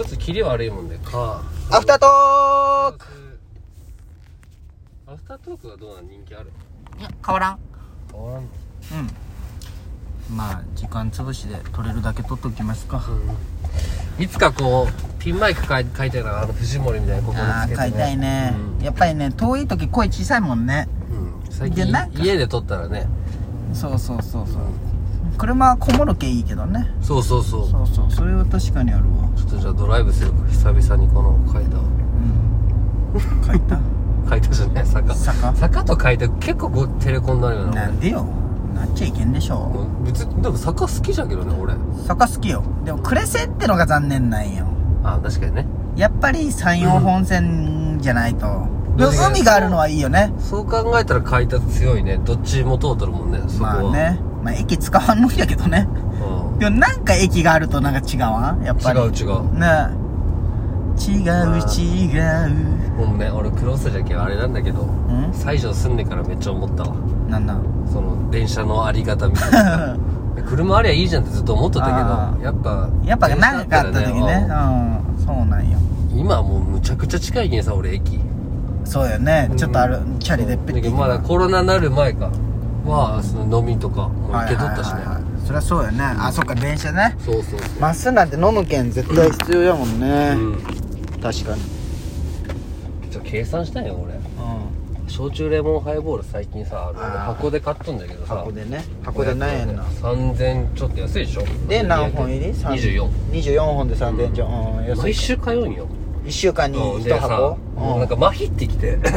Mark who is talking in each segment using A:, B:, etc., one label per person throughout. A: ょっとキリ悪いもんでか
B: アフタートーク
A: アフタートークはどうなん人気ある
B: いや変わらん
A: 変わらんの
B: うんまあ時間潰しで取れるだけ取っときますか
A: いつかこうピンマイクかい買いたいなあの藤森みたいにここにつ
B: ああ
A: けて、ね、
B: 買いたいね、やっぱりね遠い時声小さいもんね
A: うん、最
B: で
A: 近
B: なんか
A: 家で撮ったらね
B: そうそうそうそう車はこもるけいいけどね
A: そうそうそう
B: そうそうそれは確かにあるわ
A: ちょっとじゃあドライブするか久々にこの書いたを
B: うん書い た
A: 書いたじゃない坂
B: 坂
A: 坂と書いて結構こうテレコになるよね
B: なんでよなっちゃいけんでし
A: 俺
B: ょ
A: もう別にでも坂好きじゃけどね俺
B: 坂好きよでもクレセってのが残念なんよ
A: あ確かにね
B: やっぱり山陽本線じゃないと、でも
A: どうして
B: 海があるのはいいよね
A: そう考えたら開拓強いねどっちも通っとるもんねそこ
B: ま
A: は、
B: あねまあ駅使わんのやけどね
A: うん
B: でもなんか駅があるとなんか違うわやっぱり
A: 違う違う
B: ねえ違う違う
A: もうね俺クロスじゃけあれなんだけど
B: ん
A: 西条住んでからめっちゃ思ったわ
B: な んだ
A: その電車のありがたみたい な車ありゃいいじゃんってずっと思っとったけ
B: あ
A: どやっぱ
B: やっぱなんかあった時
A: 電車
B: ね
A: あっ
B: うんそうなんよ
A: たらねうん今はもうむちゃくちゃ近いけんさ俺駅
B: そうよねちょっとある
A: うん
B: チャリでっぺっ
A: だ
B: て
A: けどまだコロナになる前かはその飲みとかも行けとったしね
B: はいはいはいはいそりゃそうよねあそっか電車ね
A: そうそうそ
B: まっすぐなんて飲む券絶対必要やもんね
A: ううん
B: 確かに
A: ちょっと計算したんよ俺
B: うん
A: 焼酎レモンハイボール最近さあの
B: あー
A: 箱で買っとんだけどさ
B: 箱でね箱で何円な
A: 3000ちょっと安いでしょ
B: で何本入り
A: 24
B: 24本で3000円じゃんうんよそ
A: 毎週通うんよ
B: 1週間に
A: うん
B: 1
A: でさ
B: 箱
A: もうなんか麻痺ってきて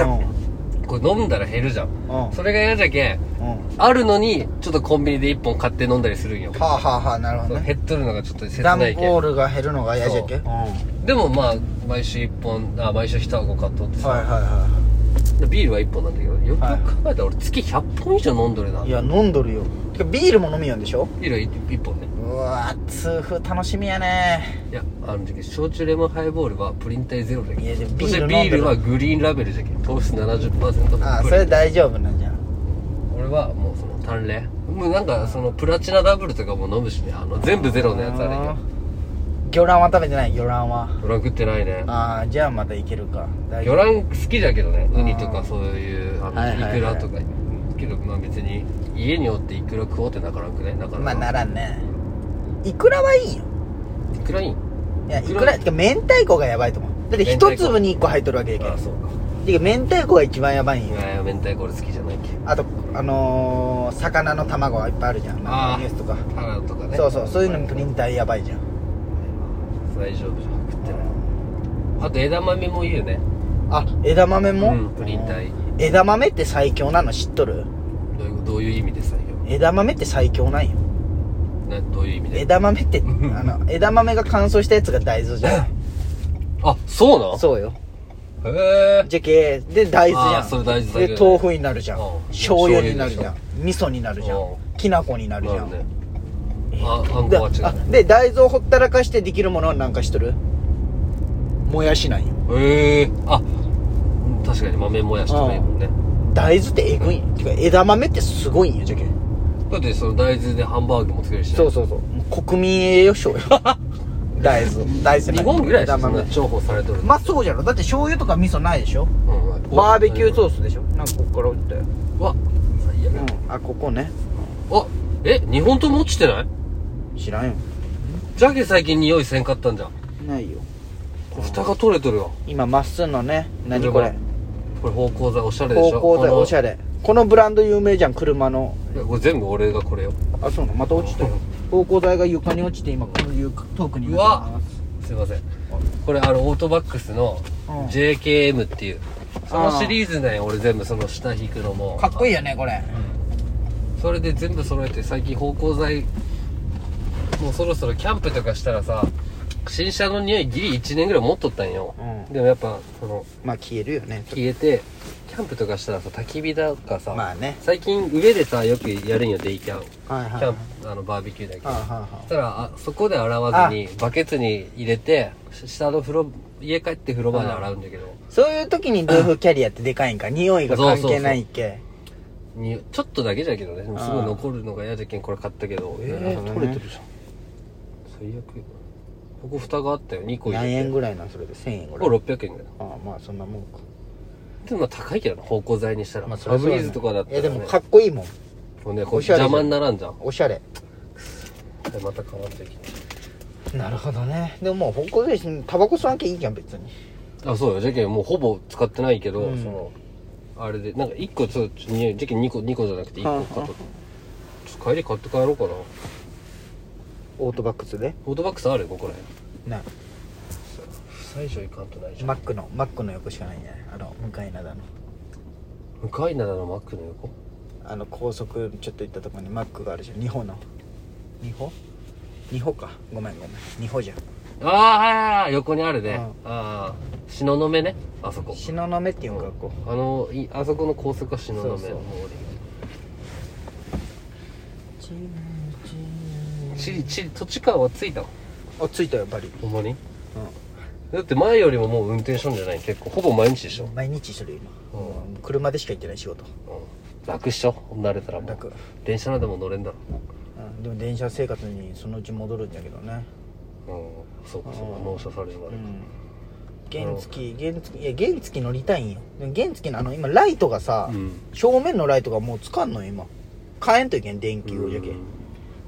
A: これ飲んだら減るじゃん
B: うんうん
A: それが嫌じゃけん
B: うん
A: あるのにちょっとコンビニで1本買って飲んだりするんよ
B: はあはあはあなるほ
A: そ
B: ど
A: う
B: ね
A: 減っとるのがちょっと切
B: 段
A: な
B: ボ
A: いけん
B: ールが減るのが嫌じゃっけ
A: そ
B: うんはい
A: でもまあ毎週1本あ毎週1箱買っとってさ
B: はいは
A: でビールは1本なんだけどよ
B: はい
A: くよく考えたら俺月100本以上飲んどるない
B: いや飲んどるよてかビールも飲みよんでしょ
A: ビールは 1, 本ね
B: うわ痛風楽しみやね
A: いやあの時焼酎レモンハイボールはプリン体ゼロじゃけ
B: いやで
A: ん
B: も
A: そして
B: ビール飲ん
A: ビ
B: で
A: ー
B: る
A: ルはグリーンラベルじゃけん糖質70%
B: ああ
A: プ
B: そ
A: リン
B: れ大丈夫なんじゃん
A: 俺はもうその単麗もうなんかそのプラチナダブルとかも飲むしねあの全部ゼロのやつあれよ
B: 魚卵は食べてない魚卵は
A: 魚卵食ってないね
B: ああじゃあまたいけるか大丈
A: 魚
B: 夫
A: 卵好きだけどね
B: あー
A: ウニとかそういうあ
B: はいはいは
A: の
B: い
A: イクラとかけどまあ別に家におってイクラ食おうってなからんくねなかなか
B: まあならんねいくらはいいよ
A: イクラいいん
B: いやいくらてか明太子がやばいと思うだって一粒に一個入っとるわけやけ
A: あ
B: ん
A: あそうか
B: てか明太子が一番やばいん
A: い
B: よ
A: やいや明太子俺好きじゃないけん
B: あとあのー、魚の卵はいっぱいあるじゃんまあ
A: あー
B: ニュースとか
A: タラとかね
B: そうそうそういうのにプリン体やばいじゃん
A: 大丈夫じゃん食ってないあと枝豆もいいよね
B: あ枝豆も、
A: うんプリン体
B: 枝豆って最強なの知っとる
A: どういうどういう意味でさよ
B: 枝豆って最強なんよ
A: などういう意味で
B: 枝豆って
A: うん
B: あの枝豆が乾燥したやつが大豆じゃん
A: あそうな
B: そうよ
A: んへえ
B: じゃけで大豆じゃ
A: あーそれ
B: ん
A: 大豆だけど
B: で
A: ね
B: 豆腐になるじゃん
A: うん
B: 醤油になるじゃん
A: 醤
B: 味噌になるじゃん
A: うん
B: きな粉になるじ
A: な
B: ゃ
A: る
B: ん、
A: ねああんこ
B: で
A: は違
B: あ
A: う
B: で大豆をほったらかしてできるものは何かしとるもやしなんよ
A: へえあうん確かに豆もやしとかいいもんね
B: 大豆ってえぐいんよてか枝豆ってすごいんよじゃけ
A: だってその大豆でハンバーグも作れるしね
B: そうそうそうもう国民栄養 賞よ大豆大豆
A: 日本ぐらいでしょそん
B: 豆
A: な重宝されとるの
B: まあそうじゃろだって醤油とか味噌ないでしょ
A: うん
B: バーベキューソースでしょなんかここから打ったよ、
A: うわ最悪
B: うん、あここね
A: あえ日本とも落ちてない
B: 知らんよ
A: じゃけ最近匂いせんかったんじゃん
B: ないよ
A: 蓋が取れとるわ
B: 今まっすーのね何これ
A: これ方向剤おしゃれでしょ
B: 高校でおしゃ
A: れ
B: れこのブランド有名じゃん車の
A: これ全部俺がこれよ
B: あそうなのまた落ちたよ高校台が床に落ちて今この床遠くに
A: うわすいませんこれあのオートバックスの
B: うん
A: JKM っていうそのシリーズね俺全部その下引くのも
B: かっこいいよねこれ
A: それで全部揃えて最近芳香剤もうそろそろキャンプとかしたらさ新車の匂いギリ1年ぐらい持っとったんよ、
B: うん
A: でもやっぱその
B: まあ消えるよね
A: 消えてキャンプとかしたらさ焚き火だかさ、
B: まあね
A: 最近上でさよくやるんよデイキャンキ
B: はいはい
A: ャンプあのバーベキューだけど、
B: はいはい
A: そし
B: は
A: たらあそこで洗わずにバケツに入れてし下の風呂家帰って風呂場で洗うんだけど、
B: いそういう時にルーフキャリアってでかいんか匂いが関係ないっけ
A: にちょっとだけじゃけどねでもすごい残るのが嫌じゃけんこれ買ったけどえ
B: なる
A: え
B: ほどね
A: 取れてるじゃん最悪よここ蓋があったよ2個入
B: 何
A: れ
B: 円
A: て
B: ぐらいなんそれで1000円ぐ
A: こ
B: らい
A: れ600円ぐらい
B: ああまあそんなもんか
A: でもまあ高いけどな芳香剤にしたら、
B: まあそ
A: ラ
B: りゃそう
A: ブ
B: だ
A: リ
B: ね
A: ーズとかだった
B: いや
A: ら、
B: で
A: ね、
B: もかっこいいもん
A: もうねこ
B: お
A: う
B: しゃれじゃ
A: 邪
B: ん
A: 魔にならんじゃん
B: おしゃれ
A: でまた買わんといけな
B: なるほどねでももう方向性しタバコ吸わなきゃいいじゃん別に
A: いあそうよじゃけんもうほぼ使ってないけど、
B: うん
A: そのあれでなんか1個ちょっと匂いじゃけん2個2個じゃなくて1個買っとくちょっと帰り買って帰ろうかな
B: オートバックスで
A: オートバックスあるよここらへん
B: な
A: 不採所行かんとないじゃん、
B: マックのマックの横しかないんじゃないあの向かい灘の
A: 向かい灘のマックの横
B: あの高速ちょっと行ったところにマックがあるじゃん日本の日本日本かごめんごめん日本じゃん
A: ああはいはいはい横にあるね、
B: うん
A: ああ東雲ねあそこ
B: 東雲っていう学校
A: あのいあそこの高速は東雲
B: そうそう
A: チリチリ土地感はついたの
B: あ着いたよバリ
A: ほんまにだって前よりももう運転しとんじゃない結構ほぼ毎日でしょ、
B: 毎日してる今
A: うん
B: もう車でしか行ってない仕事
A: うん、楽っしょ慣れたらもう
B: 楽
A: 電車なんてもう乗れんだ
B: うんでも電車生活にそのうち戻るんだけどね
A: ろうんそうかそうか
B: うん
A: 納車されるまで、
B: 原付原付いや原付乗りたいんよでも原付のあの今ライトがさ、
A: うん
B: 正面のライトがもうつかんのよ今変えんといけん電気をじゃけ
A: うんん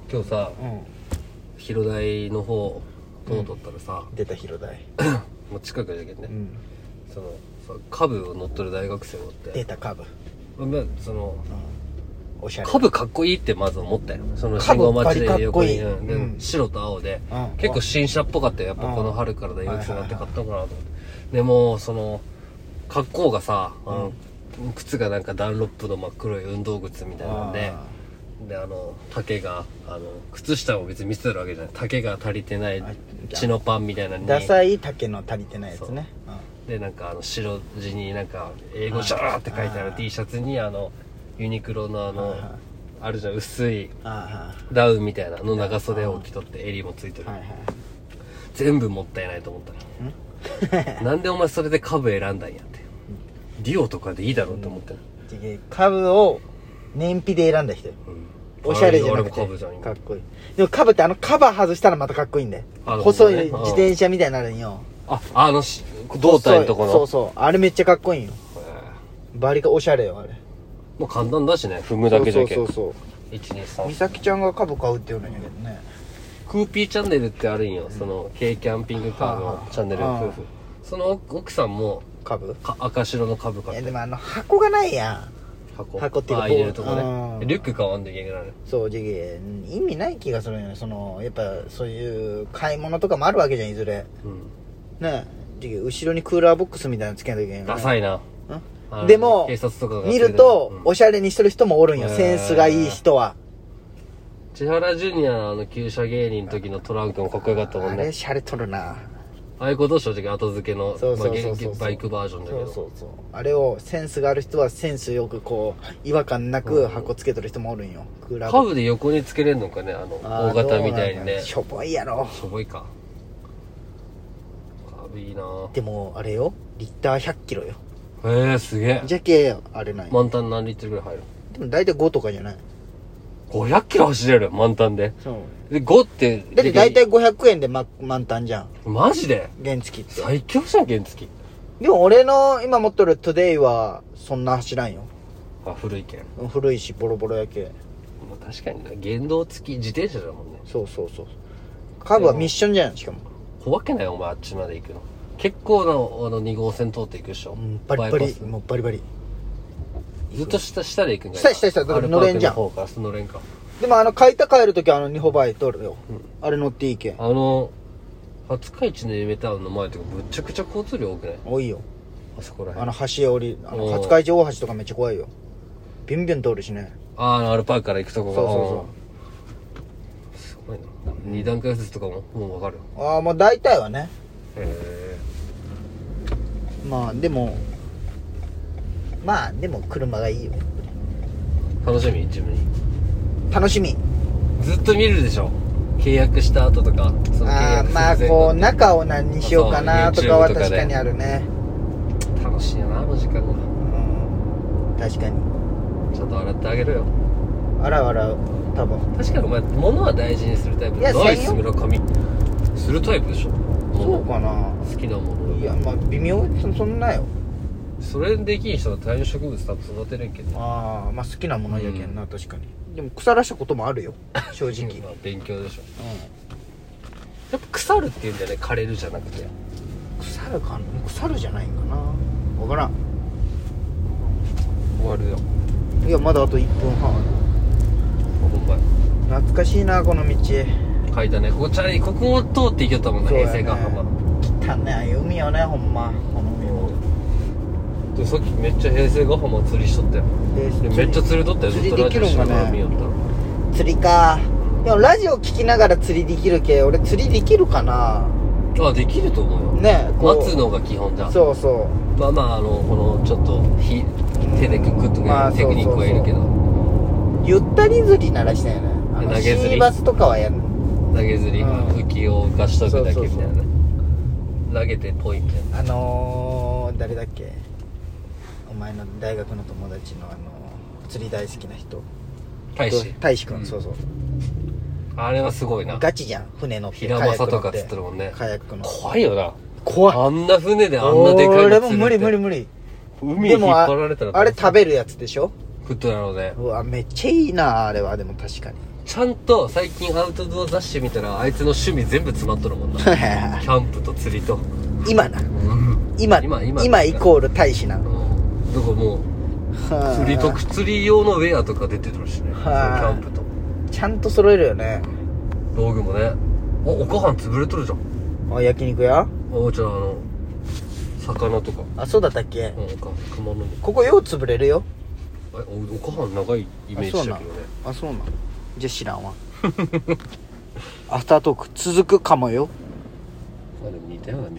A: 今日さ
B: う
A: 広大の方通っとったらさ、
B: ん出た広大、
A: もう近くやけんね、
B: うん、
A: そのそう株を乗っとる大学生をおって
B: 出たカブ、うん、
A: まあその
B: おしゃれ
A: 株かっこいいってまず思ったよその信
B: 株
A: 号待ちで
B: バリかっ
A: 横
B: こい
A: に
B: い
A: うんで
B: うん
A: 白と青で、
B: うん
A: 結構新車っぽかったよやっぱ
B: うん
A: この春から大学生になって買
B: はいは
A: っ
B: い
A: たのかなと思って、でもその格好がさ、あの靴がなんかダンロップの真っ黒い運動靴みたいなんで
B: あ
A: であの丈があの靴下を別に見せてるわけじゃない丈が足りてない
B: あ
A: 血のパンみたいなのに
B: ダサい竹の足りてないやつね
A: でなんかあの白地になんか英語じゃーって書いてあ
B: あ
A: る
B: ー
A: T シャツにあのユニクロのあ
B: うん
A: の
B: はいはい
A: あるじゃん薄い
B: あ
A: ダウンみたいなの長袖を着とって襟もついて
B: あ
A: る
B: はいはい
A: 全部もったいないと思ったのなんでお前それで株選んだんやってディオとかでいいだろうと思ってる
B: じゃけカブを燃費で選んだ人よおしゃれじゃな
A: 俺
B: くて
A: も株じゃん今
B: かっこいいでもカブってあのカバー外したらまたかっこいいんだよ
A: あの
B: 細い
A: ね
B: 自転車みたいになるんよ
A: ああのし胴体のとこ
B: 細いそう
A: の
B: そうあれめっちゃかっこいいんよ
A: へー
B: バリがおしゃれよあれ
A: もう簡単だしね踏むだけじゃけ
B: そうそうそうそう美
A: 123
B: 咲ちゃんがカブ買うって言うんだけどね
A: クーピーチャンネルってあるんよその軽キャンピングカーのチャンネル
B: はあ
A: 夫婦その奥さんも
B: カブ
A: か赤白の株
B: い
A: 買
B: や
A: っ
B: で
A: て
B: もあの箱がないやん
A: 箱
B: 箱っていうか
A: あ入れるとこ
B: う
A: ね
B: ん
A: リュック買わんといけないの
B: そうじゃけ意味ない気がするんよねそのやっぱそういう買い物とかもあるわけじゃんいずれ
A: うん
B: ねじゃけ後ろにクーラーボックスみたいなのつけなきゃいけないよね
A: ダサいなあの
B: でも
A: 警察とかがつ
B: 見
A: いて
B: ると
A: うん
B: おしゃれにしてる人もおるんよ
A: へー
B: センスがいい人は
A: 千原ジュニアのあの旧車芸人の時のトランクもかっこよかったも
B: あ
A: ん
B: れ
A: ね
B: シャレとるな
A: ああいうこと正直後付けの
B: そうそう
A: まあ
B: そう
A: 現
B: そう
A: 役バイクバージョンだけ
B: そ
A: ど
B: うそうそうあれをセンスがある人はセンスよくこう違和感なく箱つけとる人もおるんよクーラー
A: カ
B: ボック
A: ブで横につけれんのかねあの
B: スあー
A: 大型みたいに
B: どうなんだろ
A: ね
B: うしょぼいやろ
A: しょぼいかカブいいな
B: でもあれよリッター1 0 0キロよ
A: へえすげえ
B: じゃけあれない
A: 満タン何リットルぐらい入る
B: でも大体5とかじゃない
A: 500キロ走れる満タンで
B: そう
A: で5って
B: だって大体500円でま満タンじゃん
A: マジで
B: 原付って
A: 最強じゃん原付
B: でも俺の今持ってる Today はそんな走らんよ
A: あ古いけん
B: 古いしボロボロやけ
A: まあ確かにな原動付き自転車だもんね
B: そうそうそうカーブはミッションじゃんしかも
A: 小わけないよお前あっちまで行くの結構なあの2号線通っていくでしょ、
B: うんバリバ
A: イ
B: リ
A: パ
B: もうバリバリ
A: スずっと下下で行くんじゃ
B: 下下下だから乗れんじゃん
A: アルパークの方からそのれんか
B: でもあの買いた帰る時あのニホバイ取るよ、あれ乗っていいけん
A: あの廿日市の夢タウンの前とかむちゃくちゃ交通量多くない
B: 多いよ
A: あそこら
B: あ
A: 辺
B: の橋へ降りあの
A: おう
B: 廿日市大橋とかめっちゃ怖いよビュンビュン通るしね
A: ああのアルパークから行くとこ
B: そう
A: が
B: そう
A: うんすごいな2段階ずつとかももう分かる
B: そうああまあ大体はね
A: へ
B: まあでもまあでも車がいいよ
A: え楽しみ自分に
B: 楽しみ
A: ずっと見るでしょ契約した後とかその契
B: あ
A: 約
B: ーまあ
A: する前
B: こう中を何にしようかなと
A: そう
B: かは
A: YouTube とかで
B: 確かにあるね、
A: 楽しいよなあの時間が
B: うん、確かに
A: ちゃんと洗ってあげろよ
B: あらあら多分
A: 確かにお前物は大事にするタイプ
B: いや
A: ナイ
B: せ
A: ス
B: んよ
A: 村上するタイプでしょ
B: そう
A: も
B: かな
A: う好きなもの
B: いやまあ微妙そそんなよ
A: それできん人は大量植物多分育てれんけど
B: ああまあ好きなものやけんな、確かにでも腐らしたこともあるよ 正直、うん
A: まあ勉強でしょやっぱ腐るって言うんだよね枯れるじゃなくて
B: 腐るかな腐るじゃないんかな分からん
A: 終わるよ
B: いやまだあと1分半
A: あ
B: あ
A: ほんまや
B: る懐かしいなこの道
A: 書いたねここチャリここを通っていけよったもんな、
B: そうや
A: 平
B: ね
A: 成ヶ浜
B: 汚ねああいう海よねほんまこの海も
A: でさっきめっちゃ平成ヶ浜釣りしとったよで
B: で
A: めっちゃ釣れとったよ
B: 釣りできるん
A: ずっとラ
B: か
A: ジオしながら見
B: ね
A: よったら
B: 釣りかでもラジオ聞きながら釣りできるけ俺釣りできるかな
A: あできると思うよ
B: ねこう
A: 待つのが基本だ
B: そうそ
A: まあまああのこのちょっと火手でくくっとく
B: まあ
A: テクニックはいるけど
B: うゆったり釣りならしたよねあの
A: 投げ釣り
B: シーバスとかはやる
A: 投げ釣り
B: うん
A: 浮きを浮かしとくだけ
B: そう
A: み
B: そ
A: た
B: うそ
A: い
B: う
A: なね投げてポイみたいな
B: あのー、誰だっけお前の大学の友達のあのー釣り大好きな人
A: 大使
B: 大志くん、
A: うん
B: そうそう
A: あれはすごいな
B: ガチじゃん船乗って
A: 平
B: カヤッ
A: 正
B: ク乗
A: とか釣ってるもんね
B: カヤックの
A: 怖いよな
B: 怖い
A: あんな船であんなでかいの
B: 俺
A: 釣れて
B: も無理無理無理
A: 海に引っ張られたら
B: あれ食べるやつでしょ
A: フットなので
B: うわめっちゃいいなあれはでも確かに
A: ちゃんと最近アウトドア雑誌見たらあいつの趣味全部詰まっとるもんなキャンプと釣りと
B: 今な
A: うん
B: 今
A: 今今
B: イコール大使なの
A: だからもう釣りと釣り用のウェアとか出てるしねそのキ
B: はあ
A: ャンプと
B: ちゃんと揃えるよね
A: 道具もねおおかはん潰れとるじゃん
B: あ焼肉屋
A: おじゃああの魚とか
B: あそうだったっけ
A: うんおかはん熊の
B: ここよう潰れるよ
A: あおおかはん長いイメージだけどね
B: あそうなんじゃあ知ら んわアフタートーク続くかもよ
A: まあでも似たような店